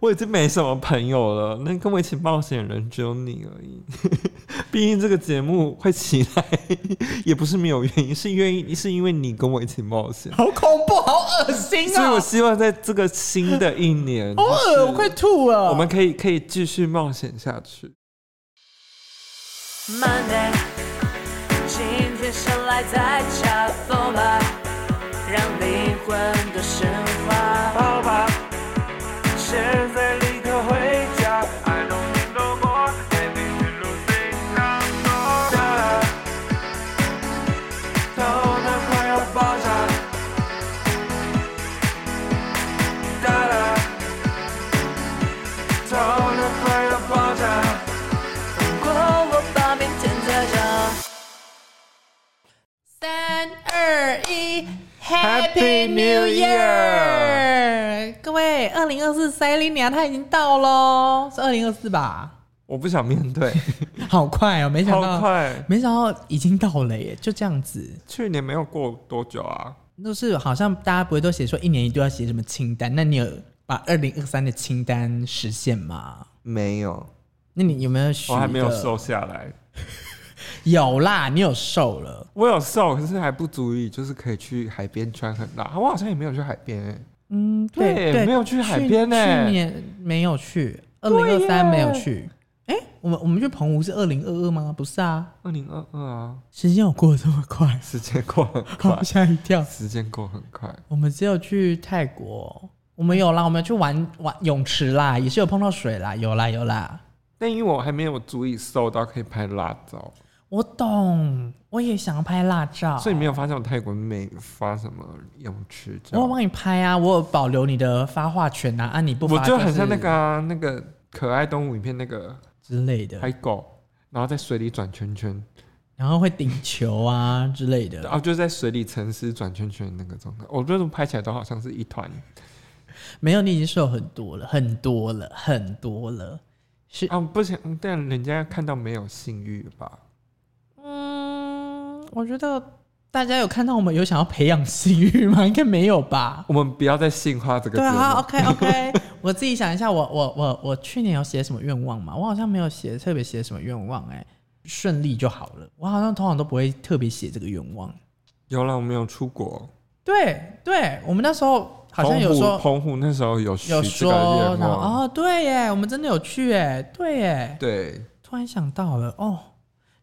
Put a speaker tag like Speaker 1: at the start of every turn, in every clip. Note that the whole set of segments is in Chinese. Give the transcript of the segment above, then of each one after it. Speaker 1: 我已经没什么朋友了，能跟我一起冒险的人只有你而已。 毕竟这个节目会起来，也不是没有原因，是愿意是因为你跟我一起冒险。
Speaker 2: 好恐怖，好恶心
Speaker 1: 所以
Speaker 2: 啊
Speaker 1: 我！希望在这个新的一年，
Speaker 2: 好恶，啊我快吐了。
Speaker 1: 我们可以可以继续冒险下去。
Speaker 3: Monday，今天生来在恰逢吧，让灵魂多升华。
Speaker 4: 好吧，现在立刻回家。I don't need no more anything to say now. No. 的头脑快要爆炸。哒啦，头脑快要爆炸。
Speaker 3: 如果我把明天再找。
Speaker 2: 三二一
Speaker 1: Happy New Year！
Speaker 2: 各位，二零二四塞琳娘她已经到喽，是二零二四吧？
Speaker 1: 我不想面 对，
Speaker 2: 好快哦，没想到，
Speaker 1: 好快
Speaker 2: 没想到已经到了耶，就这样子。
Speaker 1: 去年没有过多久啊，
Speaker 2: 都是好像大家不会都写说一年一度要写什么清单，那你有把二零二三的清单实现吗？
Speaker 1: 没有，
Speaker 2: 那你有没有许
Speaker 1: 我还没有
Speaker 2: 个
Speaker 1: 瘦下来。
Speaker 2: 有啦，你有瘦了。
Speaker 1: 我有瘦，可是还不足以，就是可以去海边穿很辣。我好像也没有去海边、欸，
Speaker 2: 嗯，
Speaker 1: 对没有去海边呢
Speaker 2: 去年没有去，二零二三没有去。哎、我们我们去澎湖是二零二二吗？不是啊，
Speaker 1: 二零二二啊，
Speaker 2: 时间有过得这么快，
Speaker 1: 时间过很快
Speaker 2: 好，吓一跳。
Speaker 1: 时间过很快。
Speaker 2: 我们只有去泰国，我们有啦，我们有去玩玩泳池啦，也是有碰到水啦，有啦有啦。
Speaker 1: 但因为我还没有足以瘦到可以拍辣照，
Speaker 2: 我懂，我也想要拍辣照，
Speaker 1: 所以你没有发现我泰国没发什么泳池照
Speaker 2: 我有，帮你拍啊，我有保留你的发话权啊，啊你不发、
Speaker 1: 我
Speaker 2: 是，
Speaker 1: 就很像那个、啊、那个可爱动物影片那个
Speaker 2: 之类的，
Speaker 1: 海狗，然后在水里转圈圈，
Speaker 2: 然后会顶球啊之类的
Speaker 1: 然。后就在水里沉思转圈圈的那个状态，我觉得拍起来都好像是一团
Speaker 2: 没有，你已经瘦很多了，很多了，很多了。是，
Speaker 1: 啊，不行，嗯但人家看到没有性欲吧？
Speaker 2: 嗯，我觉得大家有看到我们有想要培养性欲吗？应该没有吧。
Speaker 1: 我们不要再性化这个
Speaker 2: 对
Speaker 1: 字了。
Speaker 2: 啊，OK OK，我自己想一下，我我我我去年有写什么愿望吗？我好像没有写特别写什么愿望、哎，顺利就好了。我好像通常都不会特别写这个愿望。
Speaker 1: 有了，我们有出国，
Speaker 2: 对对，我们那时候好像有
Speaker 1: 澎湖
Speaker 2: 说
Speaker 1: 澎湖那时候有许
Speaker 2: 有
Speaker 1: 这
Speaker 2: 说，
Speaker 1: 个愿
Speaker 2: 然后
Speaker 1: 望，
Speaker 2: 哦，对耶，我们真的有去哎，对耶，
Speaker 1: 对，
Speaker 2: 突然想到了哦。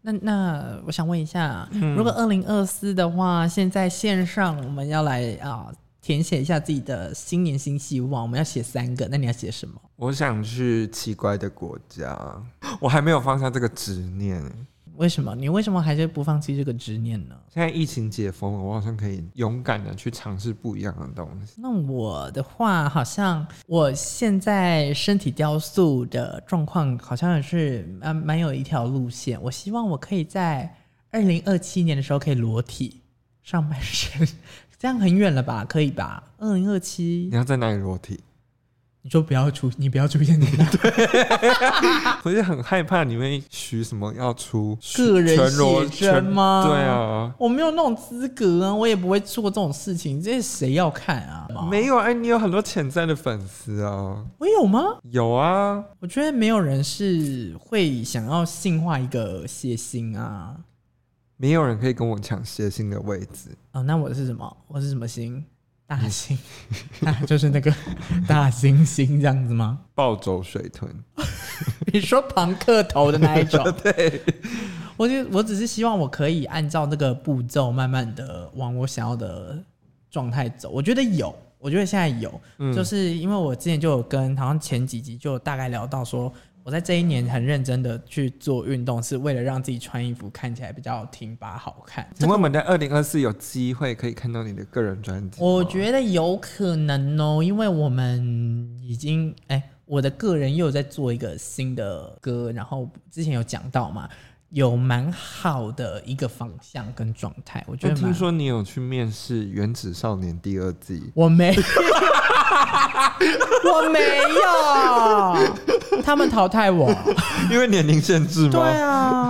Speaker 2: 那那我想问一下，如果二零二四的话，现在线上我们要来啊填写一下自己的新年新希望，我们要写三个，那你要写什么？
Speaker 1: 我想去奇怪的国家，我还没有放下这个执念。欸
Speaker 2: 为什么你为什么还是不放弃这个执念呢？
Speaker 1: 现在疫情解封了，我好像可以勇敢的去尝试不一样的东西。
Speaker 2: 那我的话，好像我现在身体雕塑的状况，好像也是蛮蛮有一条路线。我希望我可以在二零二七年的时候可以裸体上半身， 这样很远了吧？可以吧？二零二七
Speaker 1: 你，要在哪里裸体？
Speaker 2: 你说不要出，你不要出现在那
Speaker 1: 我就很害怕你会许什么要出
Speaker 2: 个人
Speaker 1: 全裸
Speaker 2: 写真吗
Speaker 1: 全对啊，
Speaker 2: 我没有那种资格啊，我也不会做这种事情，这谁要看啊？
Speaker 1: 没有哎，你有很多潜在的粉丝啊，
Speaker 2: 我有吗？
Speaker 1: 有啊，
Speaker 2: 我觉得没有人是会想要性化一个谐星啊。
Speaker 1: 没有人可以跟我抢谐星的位置。
Speaker 2: 哦，那我是什么？我是什么星？大猩，啊、就是那个大猩猩这样子吗？
Speaker 1: 暴走水豚，
Speaker 2: 你说庞克头的那一种？对，我就我只是希望我可以按照这个步骤，慢慢的往我想要的状态走。我觉得有，我觉得现在有，就是因为我之前就有跟，好像前几集就有大概聊到说，我在这一年很认真的去做运动，是为了让自己穿衣服看起来比较挺拔好看。
Speaker 1: 请问我们在二零二四有机会可以看到你的个人专辑吗？
Speaker 2: 我觉得有可能哦，因为我们已经哎、我的个人又有在做一个新的歌，然后之前有讲到嘛，有蛮好的一个方向跟状态，我觉
Speaker 1: 就
Speaker 2: 得蛮
Speaker 1: 听说你有去面试《原子少年》第二季，
Speaker 2: 我没， 我没有，他们淘汰我。
Speaker 1: 因为年龄限制
Speaker 2: 对
Speaker 1: 吗？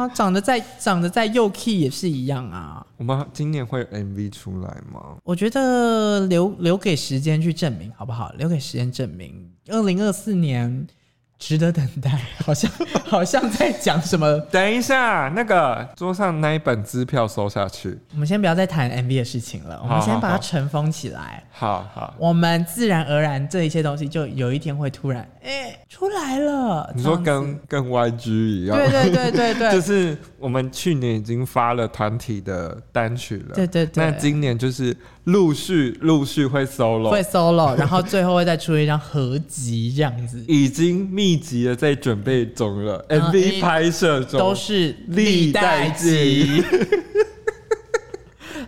Speaker 2: 啊， 长得再长得再幼 key 也是一样啊。
Speaker 1: 我们今年会有 MV 出来吗？
Speaker 2: 我觉得留留给时间去证明，好不好？留给时间证明。二零二四年值得等待， 好像好像在讲什么。
Speaker 1: 等一下，那个桌上那一本支票收下去。
Speaker 2: 我们先不要再谈 MV 的事情了，我们
Speaker 1: 好
Speaker 2: 先
Speaker 1: 好
Speaker 2: 把它
Speaker 1: 好
Speaker 2: 尘封起来。
Speaker 1: 好好，
Speaker 2: 我们自然而然这一些东西，就有一天会突然哎、出来了。
Speaker 1: 你说
Speaker 2: 这样
Speaker 1: 跟跟
Speaker 2: 子
Speaker 1: YG 一样，
Speaker 2: 对对对对 对，
Speaker 1: 就是我们去年已经发了团体的单曲了，
Speaker 2: 对对对
Speaker 1: 那今年就是陆续陆续会 solo，，
Speaker 2: 会 solo，然后最后会再出一张合集这样子
Speaker 1: 已经密集的在准备中了、
Speaker 2: 嗯
Speaker 1: m
Speaker 2: 一
Speaker 1: v 拍摄中
Speaker 2: 都是
Speaker 1: 历代
Speaker 2: 代
Speaker 1: 级。
Speaker 2: 集，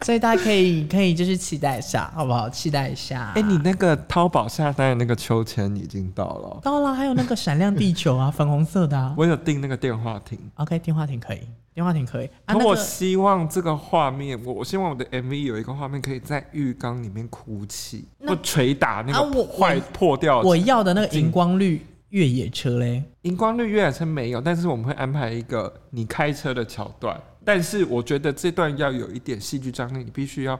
Speaker 2: 所以大家可以可以就是期待一下，好不好？期待一下。
Speaker 1: 哎、你那个淘宝下单的那个秋千已经到了哦，
Speaker 2: 到了，还有那个闪亮地球 啊，粉红色的啊。
Speaker 1: 我有订那个电话亭。
Speaker 2: OK，电话亭可以，电话亭可以。啊，
Speaker 1: 然
Speaker 2: 那
Speaker 1: 后我
Speaker 2: 个
Speaker 1: 希望这个画面，我我希望我的 MV 有一个画面可以在浴缸里面哭泣，
Speaker 2: 那
Speaker 1: 或捶打那
Speaker 2: 啊我
Speaker 1: 个坏、破掉的
Speaker 2: 我要的那个荧光绿越野车嘞，
Speaker 1: 荧光绿阅览车没有，但是我们会安排一个你开车的桥段。但是我觉得这段要有一点戏剧张力，你必须要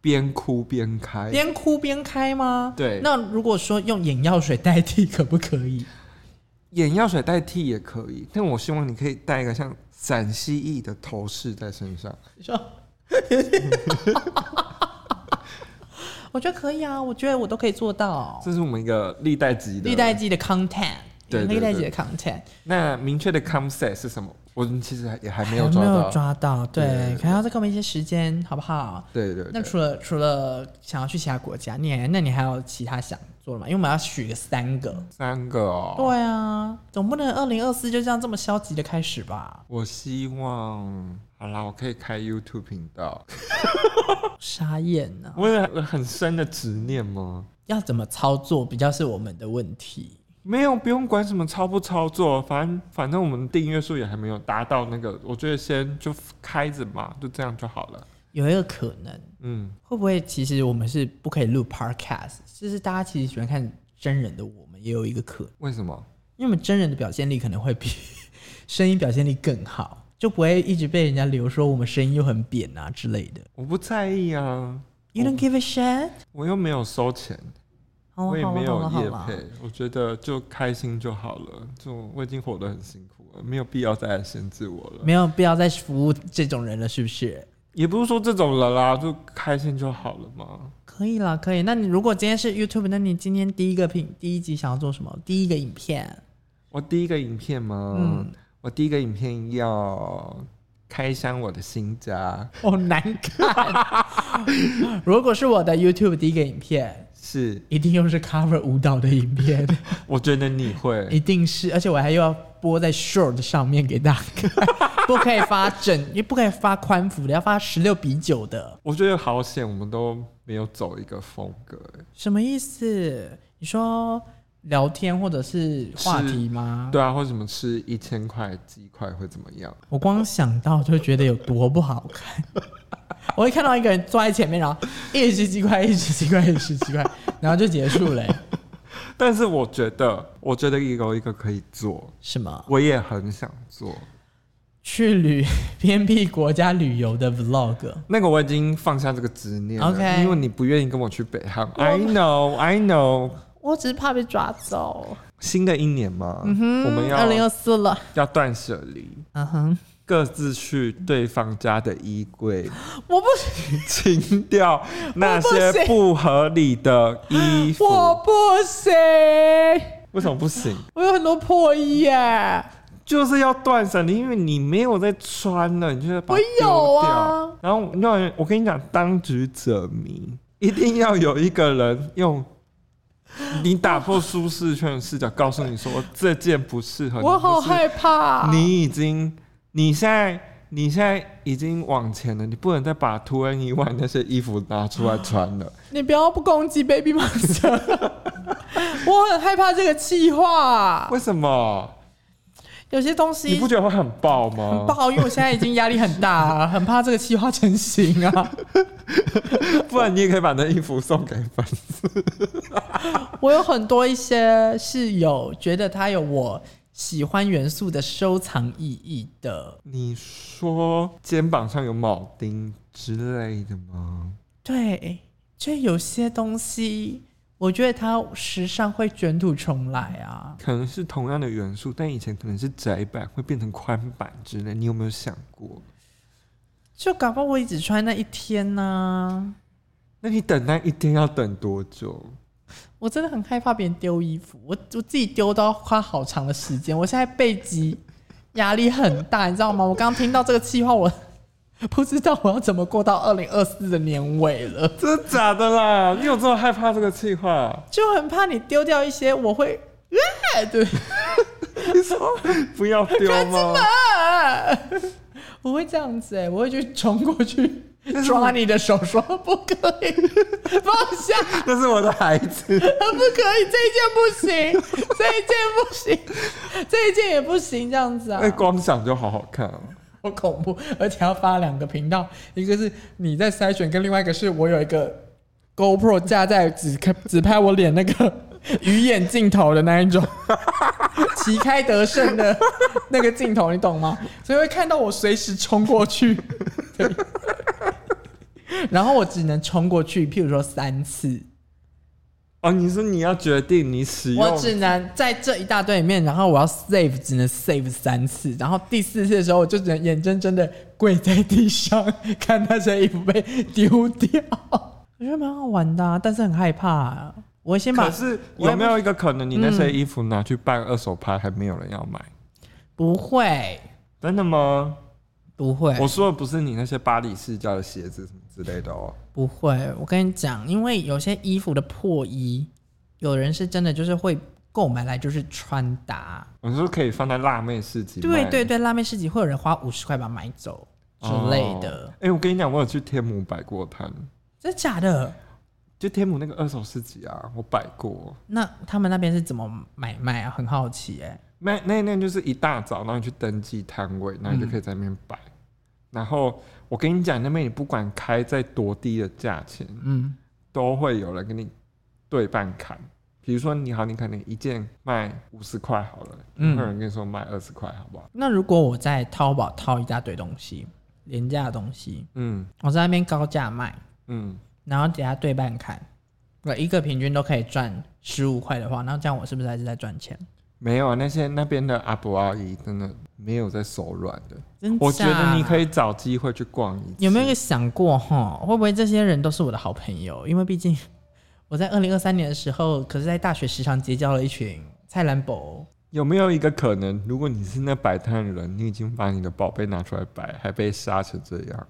Speaker 1: 边哭边开。
Speaker 2: 边哭边开吗？
Speaker 1: 对
Speaker 2: 那如果说用眼药水代替，可不可 以？
Speaker 1: 眼药水代替也可以，但我希望你可以戴一个像陕西裔的头饰在身上。
Speaker 2: 你 说，我觉得可以啊，我觉得我都可以做到。
Speaker 1: 这是我们一个历代级的
Speaker 2: 历代记的 content，
Speaker 1: 对对对
Speaker 2: 历代记的 content
Speaker 1: 那明确的 concept 是什么？我们其实还也还没有
Speaker 2: 还
Speaker 1: 抓
Speaker 2: 没
Speaker 1: 到。
Speaker 2: 有抓到，对，
Speaker 1: 对对对
Speaker 2: 可能要再给我们一些时间，好不好？
Speaker 1: 对对对。
Speaker 2: 那除了除了想要去其他国家，你还那你还有其他想做的吗？因为我们要许个三个。
Speaker 1: 三个哦。
Speaker 2: 对啊，总不能二零二四就这样这么消极的开始吧？
Speaker 1: 我希望好啦，我可以开 YouTube 频道。
Speaker 2: 沙燕呢、
Speaker 1: 我有很深的执念吗？
Speaker 2: 啊要怎么操作比较是我们的问题。
Speaker 1: 没有，不用管什么操不操作，反正反正我们订阅数也还没有达到那个，我觉得先就开着嘛，就这样就好了。
Speaker 2: 有一个可能，
Speaker 1: 嗯，
Speaker 2: 会不会其实我们是不可以录 podcast？就是大家其实喜欢看真人的，我们也有一个可能，
Speaker 1: 为什么？
Speaker 2: 因为我们真人的表现力可能会比 声音表现力更好，就不会一直被人家流说我们声音又很扁啊之类的。
Speaker 1: 我不在意啊，
Speaker 2: You don't give a shit。
Speaker 1: 我又没有收钱，
Speaker 2: 好
Speaker 1: 我
Speaker 2: 了
Speaker 1: 也
Speaker 2: 哦好
Speaker 1: 没
Speaker 2: 了好
Speaker 1: 有
Speaker 2: 了好
Speaker 1: 业
Speaker 2: 了，
Speaker 1: 配，我觉得就开心就好了。就我已经活得很辛苦了，没有必要再来限制我了。
Speaker 2: 没有必要再服务这种人了，是不是？
Speaker 1: 也不是说这种人啦，就开心就好了嘛。
Speaker 2: 可以啦，可以。那你如果今天是 YouTube，那你今天第一个品第一集想要做什么？第一个影片，
Speaker 1: 我第一个影片吗？
Speaker 2: 嗯
Speaker 1: 我第一个影片要开箱我的新家，
Speaker 2: 哦，难看。 如果是我的 YouTube 第一个影片，
Speaker 1: 是
Speaker 2: 一定又是 cover 舞蹈的影片，
Speaker 1: 我觉得你
Speaker 2: 一
Speaker 1: 会，
Speaker 2: 定是，而且我还要播在 short 上面给大家 看，不可以发整，也不可以发宽幅的，要发十六比九的，
Speaker 1: 我觉得好险，我们都没有走一个风格、欸
Speaker 2: 什么意思？你说聊天或者是话题吗？
Speaker 1: 对啊，或什么吃一千块鸡块会怎么样？
Speaker 2: 我光想到就觉得有多不好 看。我会看到一个人坐在前面，然后一直几块，一直几块，一直几块，然后就结束了、欸
Speaker 1: 但是我觉得，我觉得有一个可以做，
Speaker 2: 什么？
Speaker 1: 我也很想做。
Speaker 2: 去旅 偏僻国家旅游的 vlog。
Speaker 1: 那个我已经放下这个执念了
Speaker 2: OK
Speaker 1: 因为你不愿意跟我去北航。I know, I know。
Speaker 2: 我只是怕被抓走。
Speaker 1: 新的一年嘛，我们要
Speaker 2: 嗯二零二四了。
Speaker 1: 要断舍离，
Speaker 2: 嗯哼，
Speaker 1: 各自去对方家的衣柜
Speaker 2: 我不，
Speaker 1: 清掉那
Speaker 2: 我不
Speaker 1: 些
Speaker 2: 行
Speaker 1: 不合理的衣服。
Speaker 2: 我不行，
Speaker 1: 为什么不行？
Speaker 2: 我有很多破衣耶。
Speaker 1: 就是要断舍离，因为你没有在穿了，你就把它丢
Speaker 2: 我有
Speaker 1: 掉。
Speaker 2: 啊
Speaker 1: 然后那我跟你讲，当局者迷，一定要有一个人用。你打破舒适圈的视角，告诉你说这件不适合你，
Speaker 2: 我好
Speaker 1: 或是
Speaker 2: 害怕。
Speaker 1: 你已经，你现在，你现在已经往前了，你不能再把图文以外那些衣服拿出来穿了。
Speaker 2: 你不要不攻击 Baby Monster，我很害怕这个气话。
Speaker 1: 为什么？
Speaker 2: 有些东
Speaker 1: 你
Speaker 2: 西
Speaker 1: 不觉得会很爆吗？
Speaker 2: 很不好，因为我现在已经压力很大、很怕这个气话成型啊。
Speaker 1: 不然你也可以把那衣服送给粉丝。
Speaker 2: 我有很多一些是有觉得它有我喜欢元素的收藏意义的，
Speaker 1: 你说肩膀上有铆钉之类的吗？
Speaker 2: 对，就有些东西。我觉得它时尚会卷土重来啊。
Speaker 1: 可能是同样的元素，但以前可能是窄版会变成宽版之类，你有没有想过？
Speaker 2: 就搞不好我也只穿那一天呢、
Speaker 1: 那你等那一天要等多久？
Speaker 2: 我真的很害怕别人丢衣服，我我自己丢都要花好长的时间。我现在背脊压力很大，你知道吗？我刚听到这个计划，我 不知道我要怎么过到二零二四的年尾了，
Speaker 1: 真的假的啦？你有这么害怕这个计划？
Speaker 2: 就很怕你丢掉一些，我会。 啊对，
Speaker 1: 你说不要丢吗？
Speaker 2: 啊我会这样子哎、我会去冲过去
Speaker 1: 但是我
Speaker 2: 抓你的手，说不可以 放下，
Speaker 1: 那是我的孩子，
Speaker 2: 不可以，这一件不行，这一件不行，这一件也不行，这样子啊。
Speaker 1: 那光想就好好看哦、
Speaker 2: 好哎恐怖，而且要发两个频道，一个是你在筛选，跟另外一个是我有一个 GoPro 架在只看只拍我脸那个鱼眼镜头的那一种， 旗开得胜的那个镜头，你懂吗？所以会看到我随时冲过 去，对，然后我只能冲过去，譬如说三次，
Speaker 1: 哦，你说你要决定你使用
Speaker 2: 我只能在这一大堆里面，然后我要 save 只能 save 三次，然后第四次的时候，我就只能眼睁睁的跪在地上 看那些衣服被丢掉。我觉得蛮好玩的、啊，但是很害怕、啊。我先把
Speaker 1: 可是有没有一个可能，你那些衣服拿去办二手拍，还没有人要买？
Speaker 2: 嗯不会
Speaker 1: 真的吗？
Speaker 2: 不会
Speaker 1: 我说的不是你那些巴黎世家的鞋子什么之类的哦。
Speaker 2: 不会，我跟你讲，因为有些衣服的破衣，有人是真的就是会购买来就是穿搭。
Speaker 1: 我说可以放在辣妹市集卖
Speaker 2: 对对对，辣妹市集会有人花五十块把它买走之类的，
Speaker 1: 哦哎、我跟你讲，我有去天母摆过摊，
Speaker 2: 真的假的？
Speaker 1: 就天母那个二手市集啊，我摆过。
Speaker 2: 那他们那边是怎么买卖啊？很好奇哎、
Speaker 1: 那那一天就是一大早，然后你去登记摊位，然后你就可以在那边摆。
Speaker 2: 嗯
Speaker 1: 然后我跟你讲，那边你不管开在多低的价钱，
Speaker 2: 嗯，
Speaker 1: 都会有人跟你对半砍。比如说，你好，你可能一件卖五十块好了，
Speaker 2: 嗯
Speaker 1: 会有人跟你说卖二十块，好不好？
Speaker 2: 那如果我在淘宝淘一大堆东西，廉价的东西，
Speaker 1: 嗯
Speaker 2: 我在那边高价卖，
Speaker 1: 嗯，
Speaker 2: 然后给他对半砍，我一个平均都可以赚十五块的话，那这样我是不是还是在赚钱？
Speaker 1: 没有啊，那些那边的阿伯阿姨真的没有在手软的。
Speaker 2: 真
Speaker 1: 我觉得你可
Speaker 2: 以
Speaker 1: 以找机会去逛一次。
Speaker 2: 有没有一个想过哈，会不会这些人都是我的好朋友？因为毕竟我在二零二三年的时候，可是在大学时常结交了一群蔡兰博。
Speaker 1: 有没有一个可能，如果你是那摆摊的人，你已经把你的宝贝拿出来摆，还被杀成这样？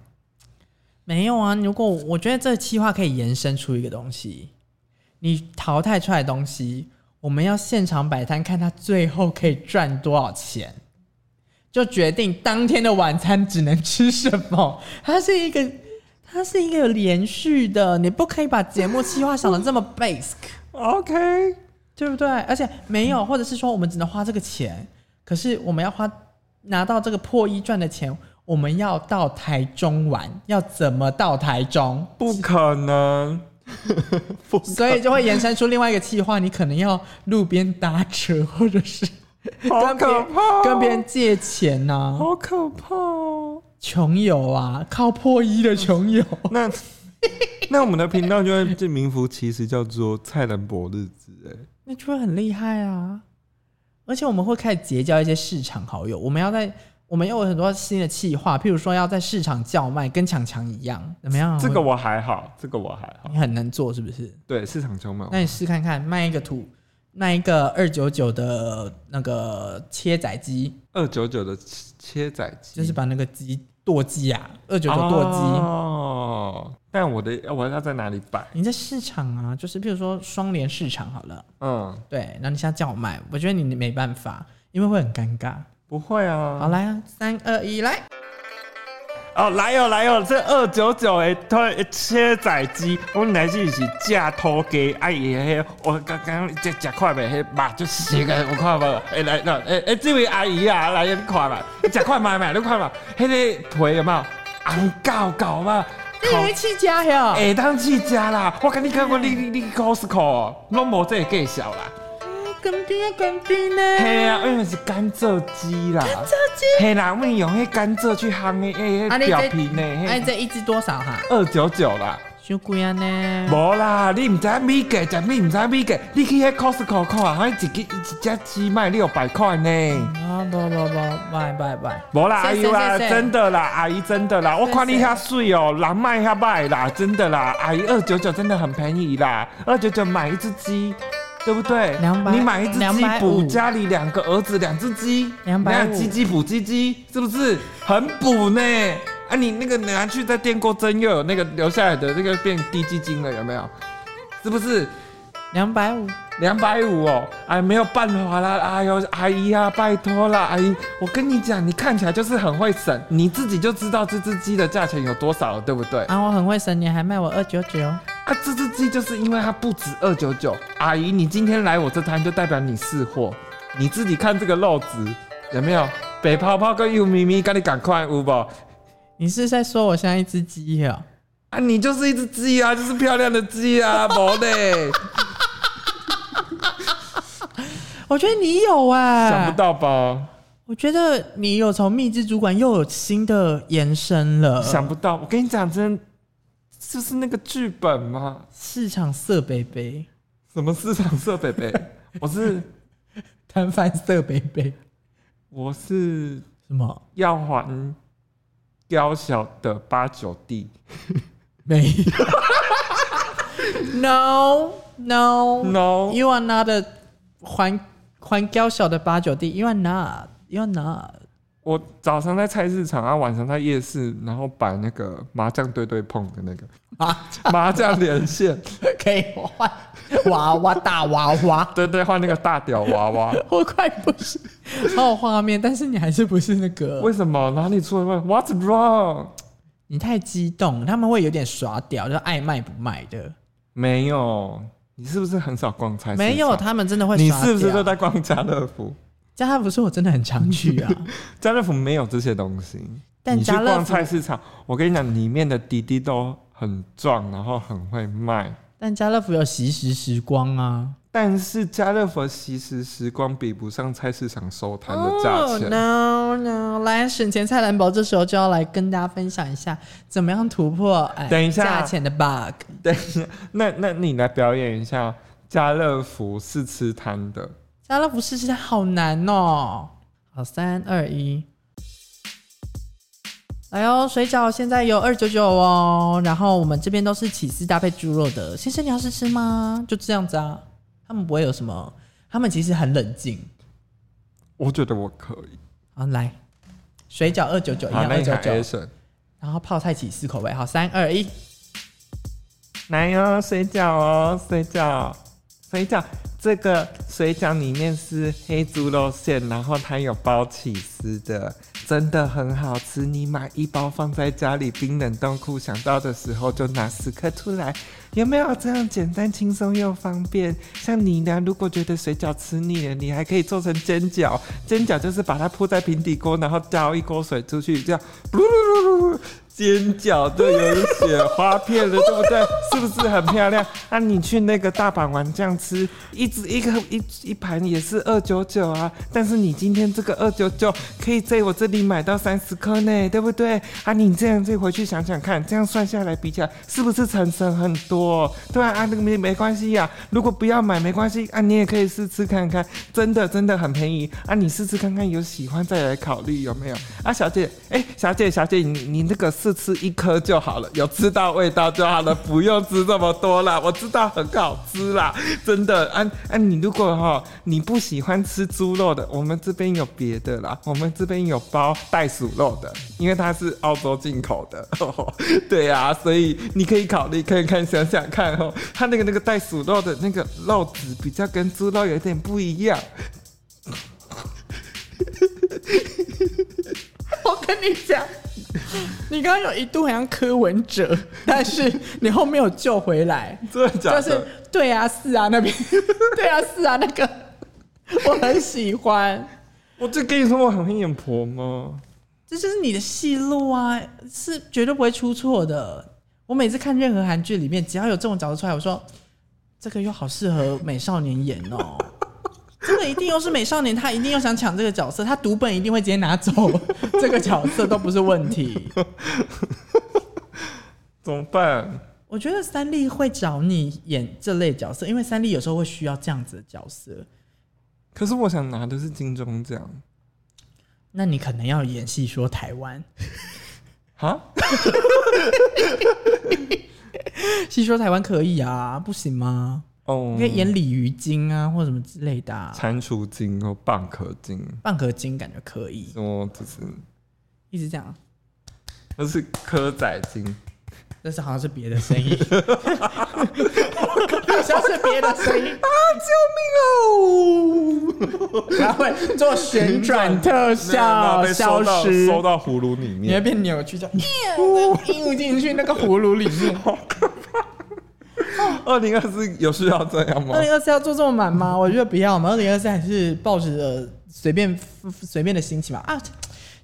Speaker 2: 没有啊，如果我我觉得这个计划可以延伸出一个东西，你淘汰出来的东西，我们要现场摆摊，看它最后可以赚多少钱，就决定当天的晚餐只能吃什么。它是一个， 它是一个有连续的，你不可以把节目计划想的这么 basic，
Speaker 1: OK，
Speaker 2: 对不对？而且没有，或者是说我们只能花这个钱，可是我们要花拿到这个破一赚的钱。我们要到台中玩，要怎么到台中？
Speaker 1: 不可能，不可
Speaker 2: 所以就会延伸出另外一个计划，你可能要路边搭车，或者 是
Speaker 1: 好
Speaker 2: 跟别
Speaker 1: 可怕哦
Speaker 2: 跟别人借钱呐、
Speaker 1: 好可怕哦。
Speaker 2: 穷游啊，靠破衣的穷游。
Speaker 1: 那 那我们的频道就会这名符其实叫做蔡澜博日子，哎，
Speaker 2: 那就会很厉害啊！而且我们会开始结交一些市场好友，我们要在我们又有很多新的计划，譬如说要在市场叫卖，跟强强一样，怎么样？啊
Speaker 1: 这个啊我还好，这个我还好。
Speaker 2: 你很能做，是不是？
Speaker 1: 对，市场小买，
Speaker 2: 那你试看看，卖一个土，卖一个二九九的那个切仔鸡，
Speaker 1: 二九九的切切仔鸡，
Speaker 2: 就是把那个鸡剁鸡啊，二九九剁鸡。
Speaker 1: 哦，但我的我要在哪里摆？
Speaker 2: 你在市场啊，就是譬如说双联市场好了，
Speaker 1: 嗯，
Speaker 2: 对，那你现在叫我卖，我觉得你没办法，因为会很尴尬。
Speaker 1: 不会啊。
Speaker 2: 好，来啊，三二一，来！
Speaker 1: 哦，来哦来哦，这二九九诶，他切仔鸡，我们来是是假土鸡，哎呀，迄我刚刚只食看未，迄肉就熟个，有看无？诶、哎来来，诶、诶，这位阿姨啊，来你看嘛，你食看卖卖，你看嘛，迄、个皮有嘛，红厚厚嘛，
Speaker 2: 你以为气家呀？
Speaker 1: 会当去食啦，我跟你讲过，你你你 Costco 拢无这个介绍啦，
Speaker 2: 跟边啊，跟边呢？
Speaker 1: 嘿啊，因为是甘蔗鸡啦，
Speaker 2: 这鸡，
Speaker 1: 嘿啦，我们用迄甘蔗去烘诶，诶、
Speaker 2: 啊
Speaker 1: 表皮呢，
Speaker 2: 哎，
Speaker 1: 嘿
Speaker 2: 这一只多少哈？
Speaker 1: 二九九啦。
Speaker 2: 伤贵安呢。
Speaker 1: 无啦，你毋知影米价，食米毋知影米价，你去迄 Costco 看啊，迄一只一只鸡卖你有百块呢。
Speaker 2: 啊，不不不，拜拜拜。
Speaker 1: 无啦，阿
Speaker 2: 谢
Speaker 1: 姨
Speaker 2: 谢
Speaker 1: 啦，
Speaker 2: 谢谢
Speaker 1: 真的啦，阿姨真的啦，我看你遐水哦，人卖遐卖啦，真的啦，阿姨二九九真的很便宜啦，二九九买一只鸡，对不对？
Speaker 2: 200
Speaker 1: 你买一只鸡
Speaker 2: 250
Speaker 1: 补家里两个儿子两只鸡，
Speaker 2: 250
Speaker 1: 那鸡鸡补鸡鸡，是不是很补呢？啊，你那个拿去再电锅蒸，又有那个留下来的那个变低基金了，有没有？是不是？
Speaker 2: 两百五，
Speaker 1: 两百五哦，哎，没有办法啦，哎呦，阿姨啊，拜托啦，阿姨，我跟你讲，你看起来就是很会省，你自己就知道这只鸡的价钱有多少了，对不对？啊，
Speaker 2: 啊，我很会省，你还卖我二九九。
Speaker 1: 这只鸡就是因为它不止二九九，阿姨，你今天来我这摊就代表你是货，你自己看这个肉质有没有？北泡泡跟油咪咪，赶紧赶快有不？
Speaker 2: 你是在说我像一只鸡哦？
Speaker 1: 啊，你就是一只鸡啊，就是漂亮的鸡啊，毛嘞，
Speaker 2: 我觉得你有哎、
Speaker 1: 想不。到吧？
Speaker 2: 我觉得你有从秘制主管又有新的延伸了，
Speaker 1: 想不到，我跟你讲，真的就是那个剧本嘛。
Speaker 2: 市场色北北，
Speaker 1: 什么市场色北 北？我是
Speaker 2: 摊贩色北北，
Speaker 1: 我是
Speaker 2: 什么
Speaker 1: 要还娇小的八九弟。
Speaker 2: 没有？No no
Speaker 1: No
Speaker 2: You are not a 还还娇小的八九弟，You are not You are not。
Speaker 1: 我早上在菜市场啊，晚上在夜市，然后摆那个麻将对对碰的那个
Speaker 2: 啊，
Speaker 1: 麻将连线，
Speaker 2: 可以我换娃娃大娃娃，
Speaker 1: 对对，换那个大屌娃娃。
Speaker 2: 我快不是好有画面，但是你还是不是那个
Speaker 1: 为，什么哪里出了问？What's wrong？
Speaker 2: 你太激动，他们会有点耍屌，就是爱卖不卖的。
Speaker 1: 没有，你是不是很少逛菜市场？
Speaker 2: 没有，他们真的会
Speaker 1: 你
Speaker 2: 耍
Speaker 1: 是不是
Speaker 2: 屌
Speaker 1: 都在逛家乐福？
Speaker 2: 家乐福是我真的很常 去啊，
Speaker 1: 家乐福没有这些东西。
Speaker 2: 但
Speaker 1: 你去
Speaker 2: 家乐
Speaker 1: 逛
Speaker 2: 福
Speaker 1: 菜市场，我跟你讲，里面的弟弟都很壮，然后很会卖。
Speaker 2: 但家乐福有惜时时光啊。
Speaker 1: 但是家乐福其实时光比不上菜市场收摊的价
Speaker 2: 哦
Speaker 1: 钱。
Speaker 2: Oh, no no！来，省钱菜篮宝这时候就要来跟大家分享一下，怎么样突破哎
Speaker 1: 等一下
Speaker 2: 价钱的 bug。
Speaker 1: 对，那那你来表演一下，家乐福是吃摊的。
Speaker 2: 家乐福试试它好难哦。好，三二一，来哦，水饺现在有二九九哦，然后我们这边都是起司搭配猪肉的。先生，你要试吃吗？就这样子啊，他们不会有什么，他们其实很冷静。
Speaker 1: 我觉得我可以。
Speaker 2: 好，来，水饺二九九一
Speaker 1: 好，
Speaker 2: 样
Speaker 1: 那
Speaker 2: 哎二
Speaker 1: 你
Speaker 2: 九
Speaker 1: 看
Speaker 2: 九，
Speaker 1: Action。
Speaker 2: 然后泡菜起司口味，好，三二一，
Speaker 1: 来哟，水饺哦，水饺，水饺。这个水饺里面是黑猪肉馅，然后它有包起司的，真的很好吃。你买一包放在家里冰冷冻库，想到的时候就拿十颗出来。有没有这样简单、轻松又方便？像你呢，如果觉得水饺吃腻了，你还可以做成煎饺。煎饺就是把它铺在平底锅，然后倒一锅水出去，这样，噜噜噜噜噜煎饺都有雪花片了，对不对？是不是很漂亮？啊，你去那个大阪玩这样吃，一只一个一一盘也是二九九啊，但是你今天这个二九九可以在我这里买到三十颗呢，对不对？啊，你这样再回去想想看，这样算下来比起来，是不是成省很多？对啊，啊，那个没没关系呀、如果不要买没关系啊，你也可以试吃看看，真的真的很便宜啊，你试吃看看，有喜欢再来考虑有没有？啊，小姐，哎、小姐，小姐，你你那个试吃一颗就好了，有吃到味道就好了，不用吃这么多啦。我知道很好吃啦，真的。啊啊，你如果哈、你不喜欢吃猪肉的，我们这边有别的啦，我们这边有包袋鼠肉的，因为它是澳洲进口的。 对啊，所以你可以考虑看看，想想看哦，它那个那个袋鼠肉的那个肉质比较跟猪肉有点不一样。
Speaker 2: 我跟你讲，你刚刚有一度很像柯文哲， 但是你后面有救回来，
Speaker 1: 真的假的？
Speaker 2: 就是对啊是啊那边， 对啊是啊那个，我很喜欢，
Speaker 1: 我就跟你说我很会演婆吗？
Speaker 2: 这就是你的戏路啊，是绝对不会出错的。我每次看任何韩剧里面，只要有这种角色出来，我说这个又好适合美少年演哦。这个一定又是美少年，他一定又想抢这个角色，他读本一定会直接拿走 这个角色，都不是问题。
Speaker 1: 怎么办？
Speaker 2: 我觉得三立会找你演这类角色，因为三立有时候会需要这样子的角色。
Speaker 1: 可是我想拿的是金钟奖
Speaker 2: 那你可能要演戏说台湾，
Speaker 1: 哈，
Speaker 2: 戏说台湾可以啊，不行吗？
Speaker 1: 哦
Speaker 2: 你可以演鲤鱼精啊，或什么之类的、啊。
Speaker 1: 蟾蜍精和蚌壳精，
Speaker 2: 蚌壳精感觉可以，
Speaker 1: 说就是
Speaker 2: 一直这样，
Speaker 1: 那是蚵仔精，
Speaker 2: 但是好像是别的声音，好像是别的声音，
Speaker 1: 救命哦！
Speaker 2: 然后会做旋转特效
Speaker 1: 被
Speaker 2: 消
Speaker 1: 收到
Speaker 2: 失，
Speaker 1: 收到葫芦里
Speaker 2: 你会
Speaker 1: 面。
Speaker 2: 变扭曲，这样映进去那个葫芦里面。
Speaker 1: 二零二四有需要这样吗
Speaker 2: 二？零二四要做这么满吗？我觉得不要嘛。二零二四还是抱着呃随便随便的心情嘛。啊，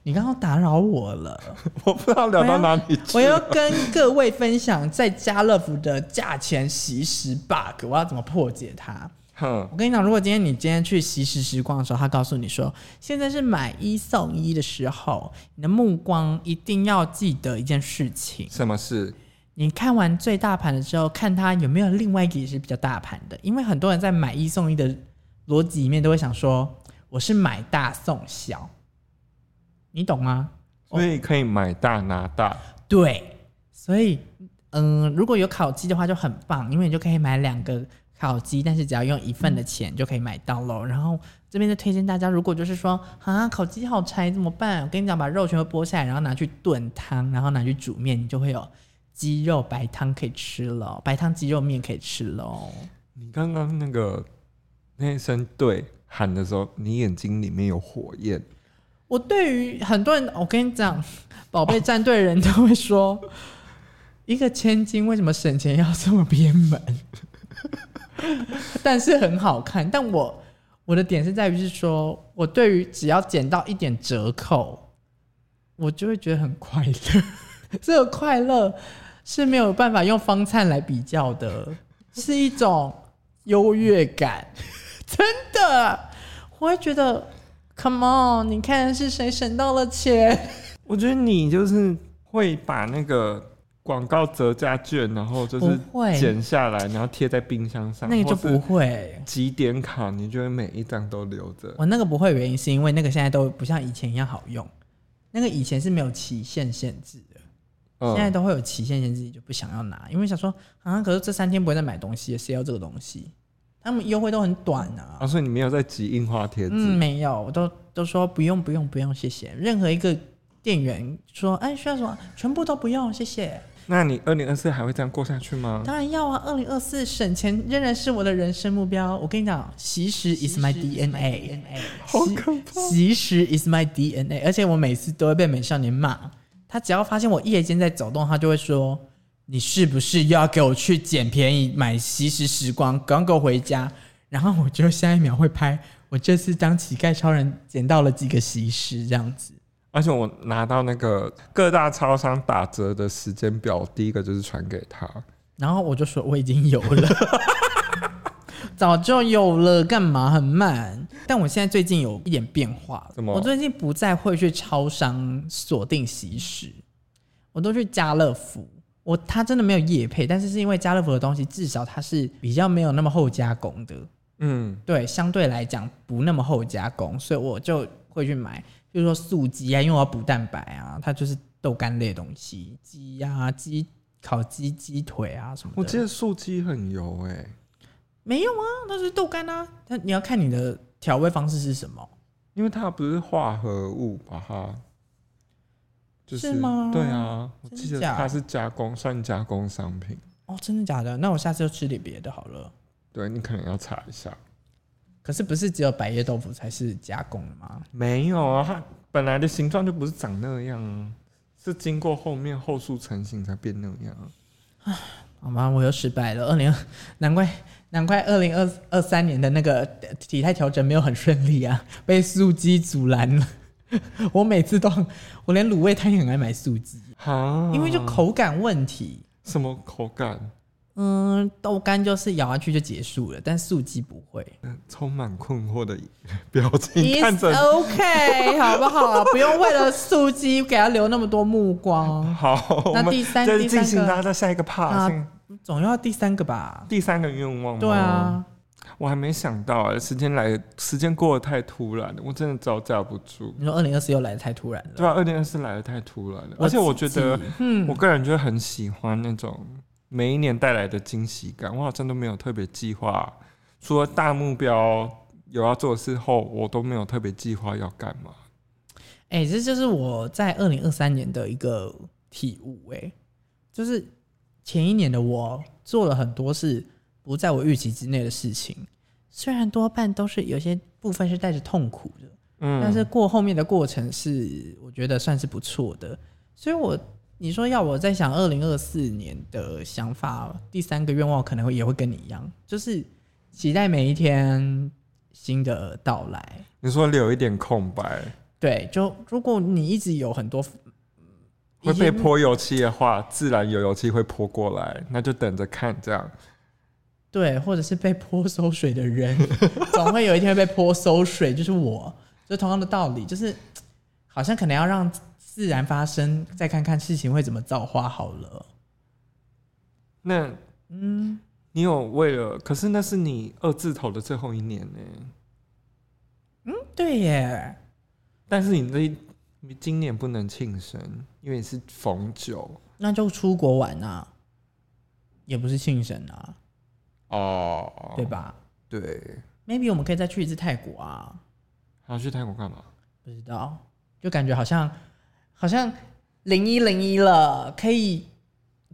Speaker 2: 你刚刚打扰我了。
Speaker 1: 我不知道聊到哪里去
Speaker 2: 我。要跟各位分享在家乐福的价钱习食 bug，我要怎么破解它？
Speaker 1: 哼
Speaker 2: 我，跟你讲，如果今天你今天去习食时光的时候，他告诉你说现在是买一送一的时候，你的目光一定要记得一件事情：
Speaker 1: 什么事？
Speaker 2: 你看完最大盘的时候，看它有没有另外一个也是比较大盘的，因为很多人在买一送一的逻辑里面都会想说，我是买大送小，你懂吗？
Speaker 1: 所以可以买大拿大。
Speaker 2: 对，所以嗯，如果有烤鸡的话就很棒，因为你就可以买两个烤鸡，但是只要用一份的钱就可以买到喽。然后这边就推荐大家，如果就是说啊，烤鸡好柴怎么办？我跟你讲，把肉全部剥下来，然后拿去炖汤，然后拿去煮面，你就会有。鸡肉白汤可以吃了，白汤鸡肉面可以吃喽。
Speaker 1: 你刚刚那个那一声对喊的时候，你眼睛里面有火焰。
Speaker 2: 我对于很多人，我跟你讲， 宝贝战队人都会说，一个千金为什么省钱要这么偏门？ 但是很好看。但我我的点是在于是说，我对于只要捡到一点折扣，我就会觉得很快乐。 这个快乐是没有办法用方灿来比较的，是一种优越感， 真的，我会觉得。Come on！你看是谁省到了钱？
Speaker 1: 我觉得你就是会把那个广告折价券，然后就是
Speaker 2: 不会
Speaker 1: 剪下来，然后贴在冰箱上。
Speaker 2: 那个就
Speaker 1: 或
Speaker 2: 不
Speaker 1: 是
Speaker 2: 会，
Speaker 1: 几点卡，你就会每一张都留着。
Speaker 2: 我那个不会的原因是因为那个现在都不像以前一样好用，那个以前是没有期限限制的，
Speaker 1: 嗯
Speaker 2: 现在都会有期限限制，你就不想要拿，因为想说啊，可是这三天不会再买东西，谁要这个东西？他们优惠都很短啊
Speaker 1: 啊，。所以你没有在集印花贴纸。
Speaker 2: 嗯，没有，我都都说不用不用不用，谢谢。任何一个店员说哎需要什么，全部都不用，谢谢。
Speaker 1: 那你二零二四还会这样过下去吗？
Speaker 2: 当然要啊！二零二四省钱仍然是我的人生目标。我跟你讲，习食 is my DNA，
Speaker 1: 好可怕
Speaker 2: 习食 is my DNA，而且我每次都会被美少年骂。他只要发现我夜间在走动，他就会说：“你是不是又要给我去捡便宜买习食时光，赶快给我回家？”然后我就下一秒会拍我这次当乞丐超人捡到了几个习食这样子。
Speaker 1: 而且我拿到那个各大超商打折的时间表，第一个就是传给他。
Speaker 2: 然后我就说我已经有了， 早就有了，干嘛很慢？但我现在最近有一点变化了，
Speaker 1: 怎么
Speaker 2: 我最近不再会去超商锁定习食，我都去家乐福。我它真的没有夜配，但是是因为家乐福的东西至少它是比较没有那么后加工的，
Speaker 1: 嗯，
Speaker 2: 对，相对来讲不那么后加工，所以我就会去买，比如说素鸡啊，因为我要补蛋白啊，它就是豆干类的东西，鸡啊、鸡烤鸡、鸡腿啊什么的。
Speaker 1: 我记得素鸡很油哎、
Speaker 2: 没有啊，那是豆干啊。那你要看你的调味方式是什么。
Speaker 1: 因为它不是化合物把它，就是
Speaker 2: 是吗
Speaker 1: 对啊，我记得
Speaker 2: 真假
Speaker 1: 它是加工，算加工商品。
Speaker 2: 哦，真的假的？那我下次就吃点别的好了。
Speaker 1: 对你可能要查一下。
Speaker 2: 可是不是只有百叶豆腐才是加工的吗？
Speaker 1: 没有啊，它本来的形状就不是长那样啊，是经过后面后塑成型才变那样啊。
Speaker 2: 好吗？我又失败了。二零，难怪难怪二零二二三年的那个呃体态调整没有很顺利啊，被素鸡阻拦了。我每次都很，我连卤味摊也很爱买素鸡，
Speaker 1: 哈，
Speaker 2: 因为就口感问题。
Speaker 1: 什么口感？
Speaker 2: 嗯，豆干就是咬下去就结束了，但素鸡不会。
Speaker 1: 充满困惑的表情看
Speaker 2: It's
Speaker 1: 着
Speaker 2: OK，好不好？啊不用为了素鸡给他留那么多目光
Speaker 1: 你。好，我
Speaker 2: 那
Speaker 1: 们
Speaker 2: 第三
Speaker 1: 就是
Speaker 2: 第
Speaker 1: 进
Speaker 2: 三
Speaker 1: 行
Speaker 2: 个
Speaker 1: 到到下一个 part
Speaker 2: 啊
Speaker 1: 先。
Speaker 2: 总要第三个吧？
Speaker 1: 第三嗯个愿望吗
Speaker 2: 对，啊，
Speaker 1: 我还没想到啊，时间来，时间过得太突然了，我真的招架不住。
Speaker 2: 你说二零二四又来的太突然了，
Speaker 1: 对啊，二零二四来的太突然了，
Speaker 2: 我
Speaker 1: 而且我觉
Speaker 2: 自己
Speaker 1: 得，我个人就很喜欢那种每一年带来的惊喜感。我好像都没有特别计划，除了大目标有要做的事后，我都没有特别计划要干嘛。
Speaker 2: 哎、这就是我在二零二三年的一个体悟、哎，就是前一年的我做了很多是不在我预期之内的事情，虽然多半都是有些部分是带着痛苦的，
Speaker 1: 嗯，
Speaker 2: 但是过后面的过程是我觉得算是不错的，所以我你说要我在想二零二四年的想法，第三个愿望可能会也会跟你一样，就是期待每一天新的到来。
Speaker 1: 你说留一点空白，
Speaker 2: 对，就如果你一直有很多
Speaker 1: 嗯会
Speaker 2: 已
Speaker 1: 被
Speaker 2: 经
Speaker 1: 泼油漆的话，自然有油漆会泼过来，那就等着看这样。
Speaker 2: 对，或者是被泼馊水的 人，总会有一天会被泼馊水，就是我，就同样的道理，就是好像可能要让自然发生，再看看事情会怎么造化好了。
Speaker 1: 那嗯，你有为了，可是那是你二字头的最后一年呢、
Speaker 2: 对耶，
Speaker 1: 但是你这一你今年不能庆生，因为你是逢九
Speaker 2: 那就出国玩啊，也不是庆生啊，
Speaker 1: 哦，
Speaker 2: 对吧
Speaker 1: 对，
Speaker 2: ？Maybe 我们可以再去一次泰国啊，
Speaker 1: 还要去泰国干嘛？
Speaker 2: 不知道，就感觉好像好像零一零一了，可以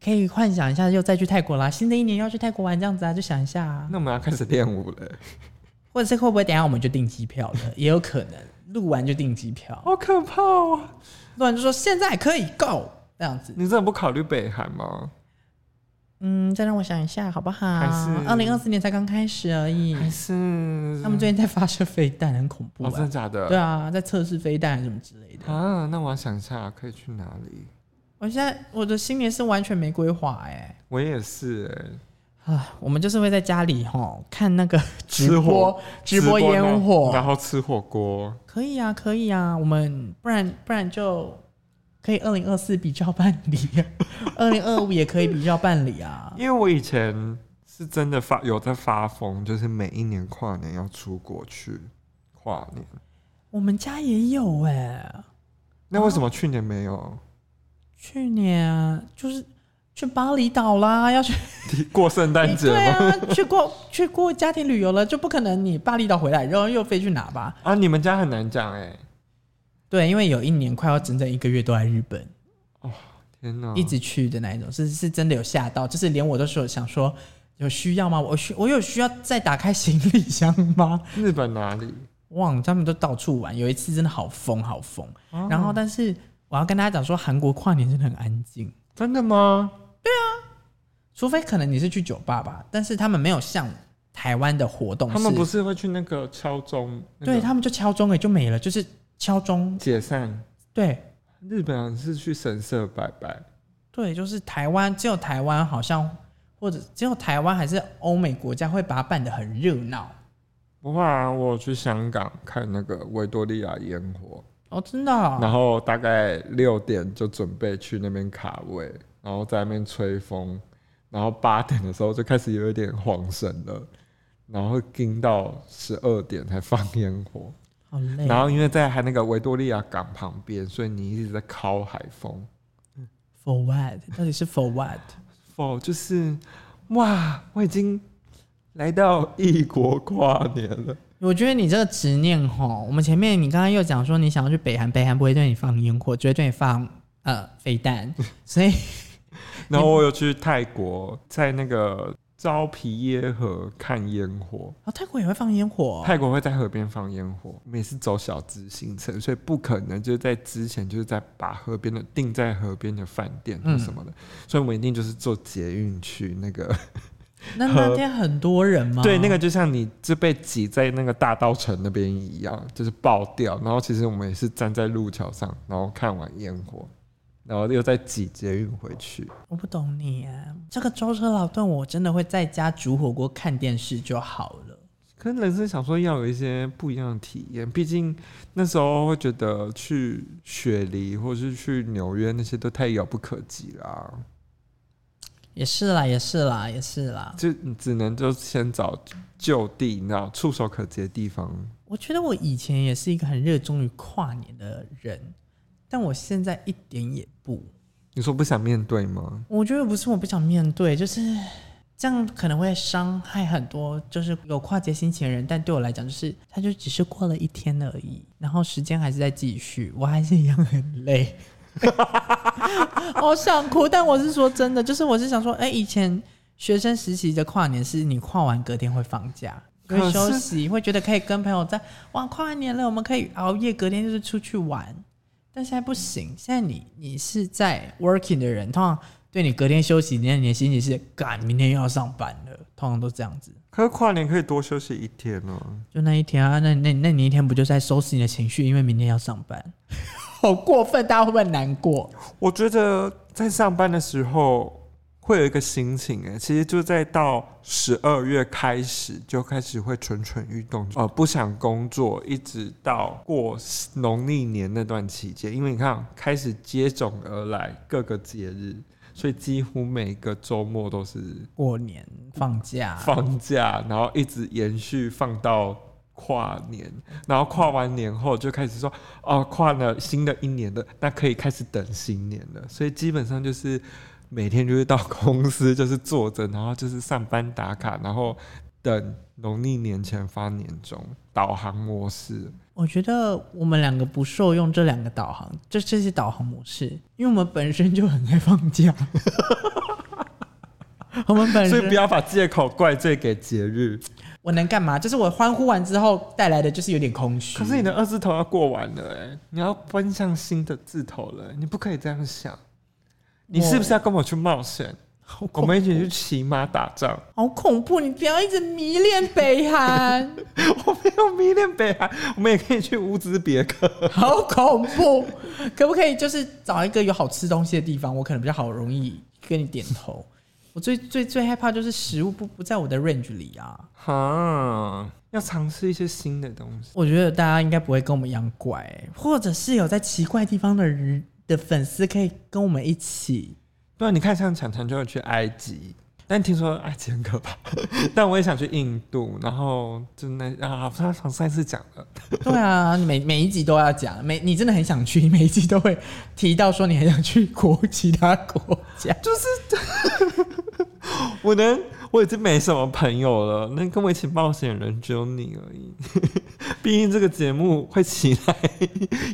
Speaker 2: 可以幻想一下又再去泰国啦，新的一年又要去泰国玩这样子啊，就想一下、啊，
Speaker 1: 那我们要开始练舞了，
Speaker 2: 或者是会不会等一下我们就订机票了， 也有可能录完就订机票，
Speaker 1: 好可怕哦！
Speaker 2: 录完就说现在可以 go 这样子。
Speaker 1: 你真的不考虑北韩吗？
Speaker 2: 嗯，再让我想一下好不好？
Speaker 1: 还是
Speaker 2: 二零二四年才刚开始而已，
Speaker 1: 还是
Speaker 2: 他们最近在发射飞弹，很恐怖、
Speaker 1: 哦，真
Speaker 2: 欸
Speaker 1: 的。假的？
Speaker 2: 对啊，在测试飞弹什么之类的。
Speaker 1: 啊，那我要想一下可以去哪里。
Speaker 2: 我现在我的新年是完全没规划哎、
Speaker 1: 我也是、欸，
Speaker 2: 啊，我们就是会在家里吼看 那个直
Speaker 1: 火
Speaker 2: 播直播嗯烟火，
Speaker 1: 然后吃火锅。
Speaker 2: 可以啊，可以啊，我们不然不然就可以二零二四比照办理、 啊，二零二五也可以比照办理啊。
Speaker 1: 因为我以前是真的发有在发疯，就是每一年跨年要出国去跨年。
Speaker 2: 我们家也有哎、
Speaker 1: 那为什么去年没有？
Speaker 2: 去年啊就是去巴厘岛啦，要去
Speaker 1: 过圣诞节
Speaker 2: 对
Speaker 1: 吗？
Speaker 2: 啊，去过去过家庭旅游了，就不可能你巴厘岛回来然后又飞去哪吧？
Speaker 1: 啊，你们家很难讲哎、
Speaker 2: 对，因为有一年快要整整一个月都在日本，
Speaker 1: 天哪！
Speaker 2: 一直去的那一种，是是真的有吓到，就是连我都说想说有需要吗？我需我有需要再打开行李箱吗？
Speaker 1: 日本哪里？
Speaker 2: 哇，他们都到处玩，有一次真的好疯好疯。
Speaker 1: 哦
Speaker 2: 然后，但是我要跟大家讲说，韩国跨年真的很安静，
Speaker 1: 真的吗？
Speaker 2: 除非可能你是去酒吧吧，但是他们没有像台湾的活动，
Speaker 1: 他们不是会去那个敲钟？那个
Speaker 2: 对他们就敲钟哎也就没了，就是敲钟，
Speaker 1: 解散。
Speaker 2: 对。
Speaker 1: 日本人是去神社拜拜，
Speaker 2: 对，就是台湾，只有台湾好像，或者只有台湾还是欧美国家会把它办得很热闹
Speaker 1: 不会啊，我去香港看那个维多利亚烟火，
Speaker 2: 哦，真的哦、
Speaker 1: 然后大概六点就准备去那边卡位，然后在那边吹风，然后八点的时候就开始有一点晃神了，然后盯到十二点才放烟火。
Speaker 2: 好累
Speaker 1: 然后因为在还那个维多利亚港旁边，所以你一直在靠海风。
Speaker 2: ，for what？到底是 for what？
Speaker 1: 哦，就是哇，我已经来到异国跨年了。
Speaker 2: 我觉得你这个执念吼，我们前面你刚刚又讲说你想要去北韩，北韩不会对你放烟火，只会对你放呃 飞弹，所以
Speaker 1: 然后我有去泰国，在那个昭皮耶河看烟火。
Speaker 2: 哦泰国也会放烟火哦
Speaker 1: 泰国会在河边放烟火，我们也是走小资行程，所以不可能就是在之前就是在把河边的定在河边的饭店或什么的，所以我们一定就是坐捷运去那个，
Speaker 2: 哦，那那天很多人吗？
Speaker 1: 呃对，那个就像你就被挤在那个大稻城那边一样，就是爆掉。然后其实我们也是站在路桥上，然后看完烟火，然后又再挤捷运回去。
Speaker 2: 我不懂你耶，这个舟车劳顿，我真的会在家煮火锅看电视就好了。
Speaker 1: 可能人生想说要有一些不一样的体验，毕竟那时候会觉得去雪梨或是去纽约那些都太遥不可及啦。
Speaker 2: 也是啦，也是啦，也是啦。
Speaker 1: 就你嗯只能就先找就地，你知道触手可及的地方。
Speaker 2: 我觉得我以前也是一个很热衷于跨年的人，但我现在一点也不。
Speaker 1: 你说不想面对吗？
Speaker 2: 我觉得不是我不想面对，就是这样可能会伤害很多，就是有跨节心情的人。但对我来讲，就是他就只是过了一天而已，然后时间还是在继续，我还是一样很累。好想哭，但我是说真的，就是我是想说，哎、以前学生时期的跨年是你跨完隔天会放假，
Speaker 1: 可
Speaker 2: 会
Speaker 1: 是
Speaker 2: 休息，会觉得可以跟朋友在哇跨完年了，我们可以熬夜，隔天就是出去玩。但现在不行，现在你你是在 working 的人，通常对你隔天休息，你你的心情是赶明天又要上班了，通常都这样子。
Speaker 1: 可是跨年可以多休息一天哦、
Speaker 2: 就那一天啊，那那那你一天不就是在收拾你的情绪，因为明天要上班， 好过分，大家会不会难过？
Speaker 1: 我觉得在上班的时候会有一个心情哎，其实就在到十二月开始就开始会蠢蠢欲动，呃，不想工作，一直到过农历年那段期间，因为你看开始接踵而来各个节日，所以几乎每个周末都是
Speaker 2: 过年放假，
Speaker 1: 放假，然后一直延续放到。跨年，然后跨完年后就开始说，哦，跨了新的一年的，那可以开始等新年了。所以基本上就是每天就是到公司就是坐着，然后就是上班打卡，然后等农历年前发年终导航模式。
Speaker 2: 我觉得我们两个不受用这两个导航，这这些导航模式，因为我们本身就很爱放假。 我们本
Speaker 1: 所以不
Speaker 2: 身
Speaker 1: 要把借口怪罪给节日。
Speaker 2: 我能干嘛？就是我欢呼完之后带来的就是有点空虚。
Speaker 1: 可是你的二字头要过完了哎、你要奔向新的字头了、你不可以这样想。你是不是要跟我去冒险？
Speaker 2: 好
Speaker 1: 我
Speaker 2: 恐
Speaker 1: 们一起去骑马打仗。
Speaker 2: 好恐怖！你不要一直迷恋北韩，
Speaker 1: 我没有迷恋北韩，我们也可以去乌兹别克。
Speaker 2: 好恐怖！可不可以就是找一个有好吃东西的地方？我可能比较好容易跟你点头。我最最最害怕就是食物不不在我的 range 里啊。
Speaker 1: 哈，要尝试一些新的东西。
Speaker 2: 我觉得大家应该不会跟我们一样怪、或者是有在奇怪地方的人的粉丝可以跟我们一起。
Speaker 1: 对啊，你看，像强强就会去埃及，但听说埃及很可怕。 但我也想去印度，然后就那啊，他从上一次讲了，
Speaker 2: 对啊，你每 每一集都要讲，每你真的很想去，每一集都会提到说你很想去国其他国家。
Speaker 1: 就是我能，我已经没什么朋友了，能跟我一起冒险的人只有你而已。 毕竟这个节目会起来，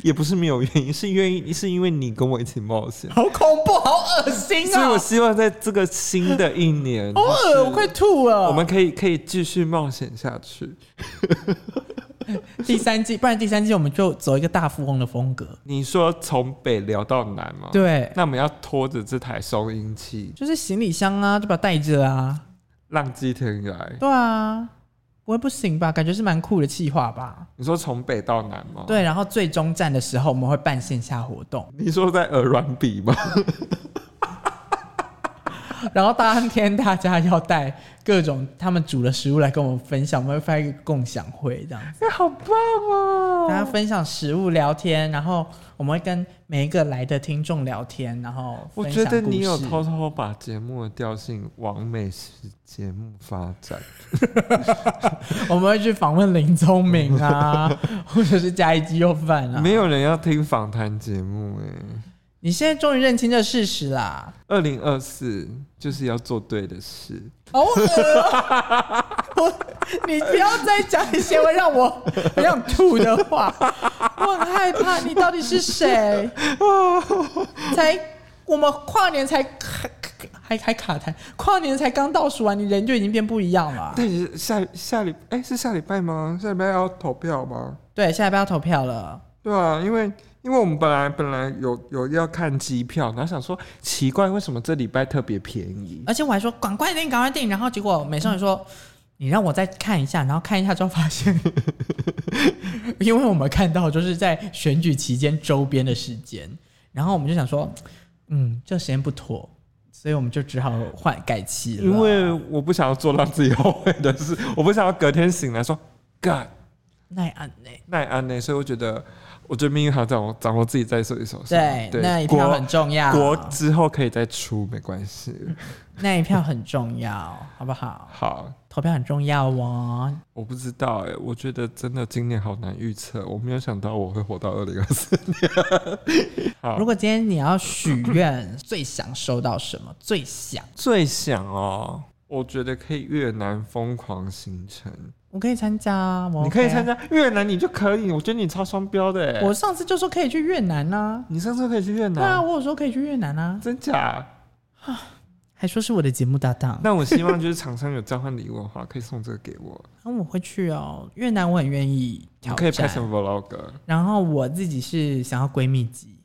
Speaker 1: 也不是没有原因，是愿意，是因为你跟我一起冒险。
Speaker 2: 好恐怖，好恶心
Speaker 1: 所以
Speaker 2: 啊！
Speaker 1: 我希望在这个新的一 年，
Speaker 2: 好恶，我快吐了。
Speaker 1: 我们可以可以继续冒险下去。
Speaker 2: 第三季，不然第三季我们就走一个大富翁的风格。
Speaker 1: 你说从北聊到南吗？，
Speaker 2: 对，
Speaker 1: 那我们要拖着这台收音器，
Speaker 2: 就是行李箱啊，就把它带着啊。
Speaker 1: 浪迹天涯。
Speaker 2: 对啊，不会不行吧？感觉是蛮酷的计划吧？
Speaker 1: 你说从北到南吗？，
Speaker 2: 对，然后最终站的时候，我们会办线下活动，
Speaker 1: 你说在耳软笔吗？
Speaker 2: 然后当天大家要带各种他们煮的食物来跟我们分享，我们会发一个共享会这样 子，
Speaker 1: 哎，好棒哦！
Speaker 2: 大家分享食物聊天，然后我们会跟每一个来的听众聊天，然后
Speaker 1: 我
Speaker 2: 分
Speaker 1: 觉
Speaker 2: 享
Speaker 1: 得
Speaker 2: 故
Speaker 1: 你有
Speaker 2: 事
Speaker 1: 偷偷把节目的调性往美食节目发展，
Speaker 2: 我们会去访问林聪 明啊，或者是加一鸡肉饭啊。
Speaker 1: 没有人要听访谈节目哎。
Speaker 2: 你现在终于认清这事实啦，
Speaker 1: 二零二四就是要做对的事。
Speaker 2: 好恶哦我 你不要再讲一些会让我 很想吐的话，我很害怕。你到底是谁？才我们跨年才卡还还卡台，跨年才刚倒数完，你人就已经变不一样了。
Speaker 1: 对，下下礼哎、是下礼拜吗？下礼拜要投票吗？
Speaker 2: 对，下一拜要投票了。
Speaker 1: 对啊，因为因为我们本来本来有有要看机票，然后想说奇怪，为什么这礼拜特别便宜？
Speaker 2: 而且我还说赶快订，赶快订，然后结果美少女说。你让我再看一下，然后看一下之后发现， 因为我们看到就是在选举期间周边的时间，然后我们就想说，嗯，这时间不妥，所以我们就只好换改期了。
Speaker 1: 因为我不想要做让自己后悔的事，我不想要隔天醒来说 God，
Speaker 2: 那也按呢。
Speaker 1: 奈安呢，所以我觉得，我觉得命运还掌握掌握自己在手手上。
Speaker 2: 对，那一票很重要，
Speaker 1: 国之后可以再出，没关系。
Speaker 2: 那一票很重要，好不好？
Speaker 1: 好，
Speaker 2: 投票很重要哦。
Speaker 1: 我不知道哎、我觉得真的今年好难预测，我没有想到我会活到二零二 四年。好
Speaker 2: 如，果今天你要许 愿，最想收到什么？最想，
Speaker 1: 最想哦，我觉得可以越南疯狂行程，
Speaker 2: 我可以参加啊，我
Speaker 1: 你可以
Speaker 2: OK 啊
Speaker 1: 参。加越南，你就可以。我觉得你超双标的、欸，
Speaker 2: 我上次就说可以去越南呐、
Speaker 1: 你上次可以去越
Speaker 2: 对啊，
Speaker 1: 南，
Speaker 2: 我有说可以去越南啊，
Speaker 1: 真假？
Speaker 2: 还说是我的节目搭档，
Speaker 1: 那我希望就是厂商有交换礼物的话，可以送这个给 我。
Speaker 2: 那我会去哦。越南我很愿意
Speaker 1: 你
Speaker 2: 挑
Speaker 1: 可以拍成
Speaker 2: 战，
Speaker 1: vlog，
Speaker 2: 然后我自己是想要闺蜜级，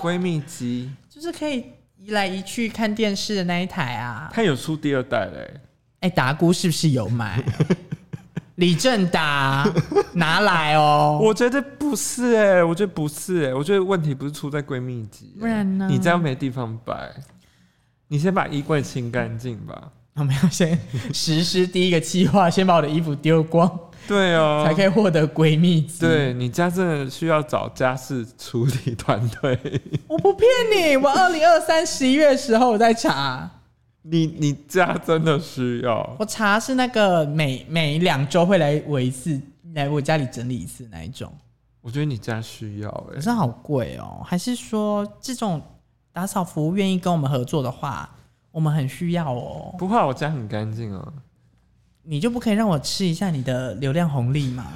Speaker 1: 闺蜜机，
Speaker 2: 就是可以移来移去看电视的那一台啊。
Speaker 1: 它有出第二代嘞、
Speaker 2: 哎、达姑是不是有 买？李正达拿来哦，
Speaker 1: 我觉得不是哎、我觉得不是哎、我觉得问题不是出在闺蜜集、欸
Speaker 2: 不然呢
Speaker 1: 你这样没地方摆，你先把衣柜清干净吧。
Speaker 2: 我们要先实施第一个计划，先把我的衣服丢光，
Speaker 1: 对哦，
Speaker 2: 才可
Speaker 1: 以。
Speaker 2: 以获得闺蜜级。，
Speaker 1: 对你家真的需要找家事处理团队。
Speaker 2: 我不骗你，我二零二三十一月的时候我在查，
Speaker 1: 你你家真的需要
Speaker 2: 我查是那个每每两周会来我一次，来我家里整理一次那一种，
Speaker 1: 我觉得你家需要哎、
Speaker 2: 可是好贵哦。还是说这种打扫服务愿意跟我们合作的话，我们很需要哦。
Speaker 1: 不怕我家很干净啊。
Speaker 2: 你就不可以让我吃一下你的流量红利吗？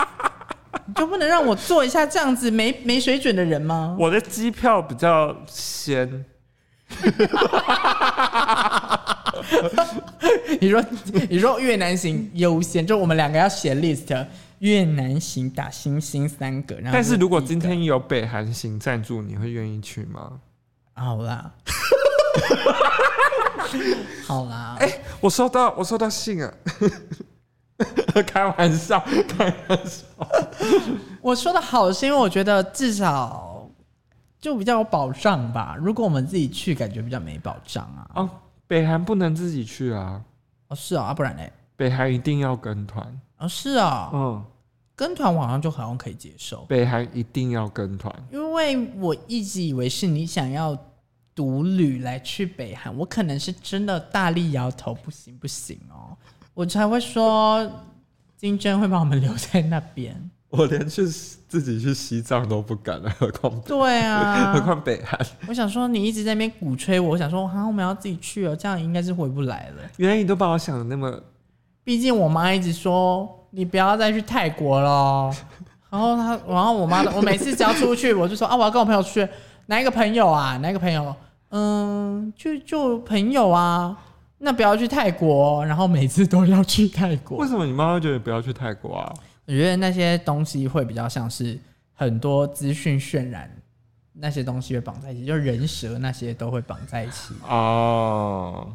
Speaker 2: 你就不能让我做一下这样子没没水准的人吗？
Speaker 1: 我的机票比较先，
Speaker 2: 你说你说越南行优先，就我们两个要写 list，越南行打星星三个，然后
Speaker 1: 但是如果今
Speaker 2: 第一
Speaker 1: 天有北韩行赞助，你会愿意去吗？
Speaker 2: 个好 啦，好啦，
Speaker 1: 我收到，我收到信啊！ 开玩笑，开玩笑。
Speaker 2: 我说的好是因为我觉得至少就比较有保障吧。如果我们自己去，感觉比较没保障啊。
Speaker 1: 哦，北韩不能自己去啊，
Speaker 2: 哦，是啊，啊不然嘞，
Speaker 1: 北韩一定要跟团。
Speaker 2: 哦是啊，
Speaker 1: 嗯，跟
Speaker 2: 跟团我好像就好像可以接受，
Speaker 1: 北韩一定要跟团。
Speaker 2: 因为我一直以为是你想要独旅来去北韩，我可能是真的大力摇头，不行不行哦，我才会说金正会把我们留在那边。
Speaker 1: 我连去自己去西藏都不敢了， 何况
Speaker 2: 对啊，
Speaker 1: 况北韩。
Speaker 2: 我想说你一直在那边鼓吹我，我想说啊，我们要自己去哦，这样应该是回不来了。
Speaker 1: 原来你都把我想的那么……
Speaker 2: 毕竟我妈一直说你不要再去泰国喽。然后她，然后我妈的，我每次只要出去，我就说啊，我要跟我朋友去，哪一个朋友啊？哪一个朋友？嗯，就就朋友啊。那不要去泰国，哦然后每次都要去泰国
Speaker 1: 为。什么你妈妈觉得不要去泰国啊？
Speaker 2: 我觉得那些东西会比较像是很多资讯渲染那些东西会绑在一起，就是人蛇那些都会绑在一起。
Speaker 1: 哦，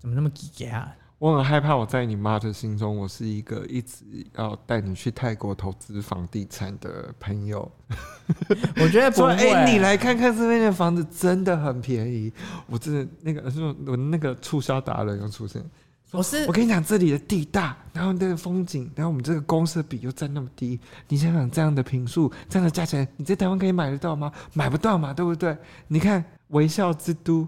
Speaker 2: 怎么那么急啊？
Speaker 1: 我很害怕，我在你妈的心中，我是一个一直要带你去泰国投资房地产的朋友。
Speaker 2: 我觉得不
Speaker 1: 说
Speaker 2: 会。
Speaker 1: 哎、你来看看这边的房子真的很便宜，我真的那个是我那个促销达人又出现。
Speaker 2: 我是
Speaker 1: 我跟你讲，这里的地大，然后那个风景，然后我们这个公设比又占那么低，你想想这样的平数，这样的价钱，你在台湾可以买得到吗？买不到嘛，对不对？你看微笑之都，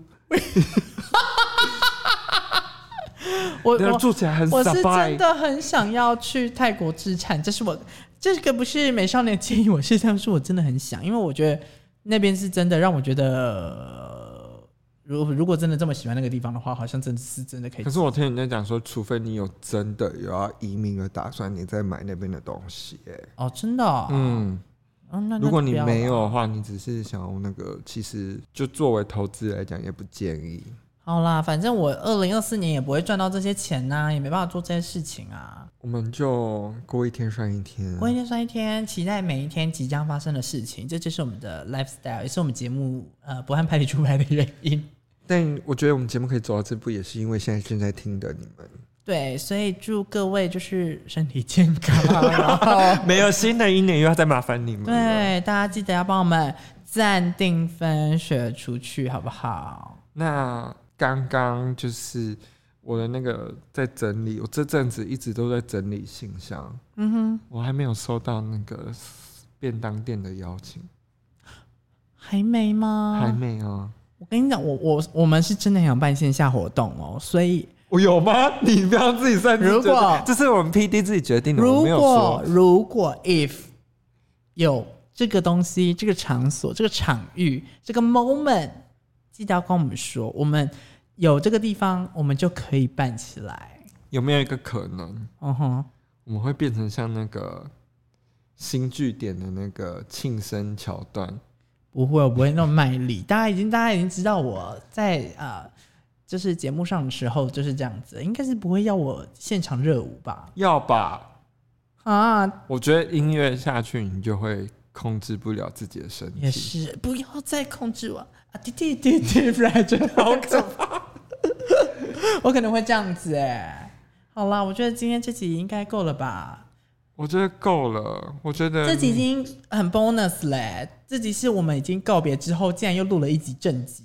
Speaker 2: 我
Speaker 1: 然后
Speaker 2: 我
Speaker 1: 住起来很
Speaker 2: 我是
Speaker 1: surprise
Speaker 2: 真的很想要去泰国自产，这是我这个不是美少年建议我，事实上是我真的很想，因为我觉得那边是真的让我觉得，呃如如果真的这么喜欢那个地方的话，好像真的是真的可以
Speaker 1: 可。是我听人家讲说，除非你有真的有要移民的打算，你再买那边的东西、哎，
Speaker 2: 哦，真的、哦，
Speaker 1: 嗯。
Speaker 2: 嗯，那那
Speaker 1: 如果
Speaker 2: 就
Speaker 1: 你
Speaker 2: 不要
Speaker 1: 没有
Speaker 2: 了
Speaker 1: 的话，你只是想要那个，其实就作为投资来讲，也不建议。
Speaker 2: 好啦，反正我二零二四年也不会赚到这些钱呐、也没办法做这些事情啊。
Speaker 1: 我们就过一天算一天。啊
Speaker 2: 过一天算一天，期待每一天即将发生的事情，这就是我们的 lifestyle，也是我们节目呃不按牌理出牌的原因。
Speaker 1: 但我觉得我们节目可以走到这步，也是因为现在正在听的你们。
Speaker 2: 对，所以祝各位就是身体健康，然 后
Speaker 1: 没有新的一年又要再麻烦你们了。
Speaker 2: 对大家记得要帮我们暂定分学出去，好不好？
Speaker 1: 那刚刚就是我的那个在整理，我这阵子一直都在整理信箱，
Speaker 2: 嗯哼，
Speaker 1: 我还没有收到那个便当店的邀请，
Speaker 2: 还没吗？
Speaker 1: 还。没啊。
Speaker 2: 我跟你讲，我我我们是真的很想办线下活动哦，所以
Speaker 1: 我有吗？你不要自己擅自决定
Speaker 2: 如果
Speaker 1: 这是我们 P D 自己决定的，嗯我
Speaker 2: 如
Speaker 1: 没有
Speaker 2: 果
Speaker 1: 说。
Speaker 2: 如果 if 有这个东西、这个场所、这个场域、这个 moment，记得要跟我们说，我们有这个地方，我们就可以办起来。
Speaker 1: 有没有一个可能，
Speaker 2: 嗯哼，
Speaker 1: 我们会变成像那个新据点的那个庆生桥段？
Speaker 2: 不会，我不会那么卖力。大家已经大家已经知道我在啊、呃就是节目上的时候就是这样子，应该是不会要我现场热舞吧？
Speaker 1: 要吧？
Speaker 2: 啊，
Speaker 1: 我觉得音乐下去，你就会控制不了自己的身体。
Speaker 2: 也是，不要再控制我啊！滴滴滴滴，不然真的好可怕。我可能会这样子哎、好啦，我觉得今天这集应该够了吧？
Speaker 1: 我觉得够了，我觉得
Speaker 2: 这集已经很 bonus 嘞、这集是我们已经告别之后，竟然又录了一集正集。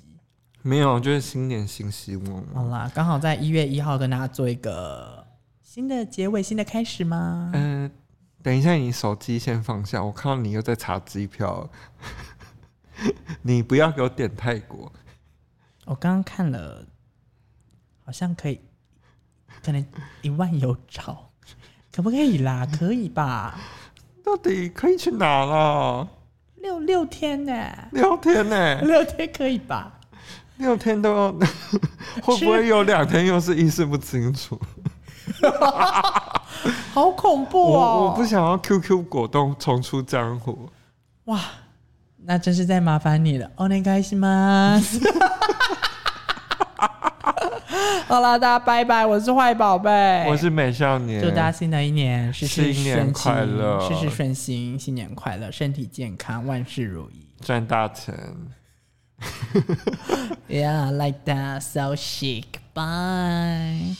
Speaker 1: 没有，就是新年新希望嘛。
Speaker 2: 好啦，刚好在一月一号跟大家做一个新的结尾，新的开始吗？
Speaker 1: 嗯、等一下，你手机先放下，我看到你又在查机票。 你不要给我点泰国，
Speaker 2: 我刚刚看了，好像可以，可能一万有找，可不可以啦？可以吧？
Speaker 1: 到底可以去哪啦？
Speaker 2: 六六天呢、
Speaker 1: 六天呢、
Speaker 2: 六天可以吧？
Speaker 1: 六天都 要，会不会有两天又是意识不清楚？
Speaker 2: 好恐怖
Speaker 1: 我
Speaker 2: 哦！
Speaker 1: 我不想要 QQ 果冻重出江湖。
Speaker 2: 哇，那真是在麻烦你了。お願いします。 好啦，大家拜拜，我是坏宝贝，
Speaker 1: 我是美少年，
Speaker 2: 祝大家新的一年事事
Speaker 1: 新
Speaker 2: 顺
Speaker 1: 年
Speaker 2: 心，
Speaker 1: 快乐
Speaker 2: 事事顺心，新年快乐，身体健康，万事如意。
Speaker 1: 赚大钱。
Speaker 2: Yeah, like that, so chic. Bye.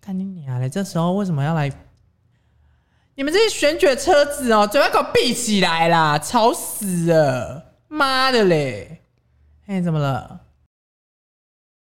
Speaker 2: 干你娘嘞！这时候为什么要来？你们这些选举的车子哦，嘴巴给我闭起来啦！吵死了！妈的嘞！哎，怎么了？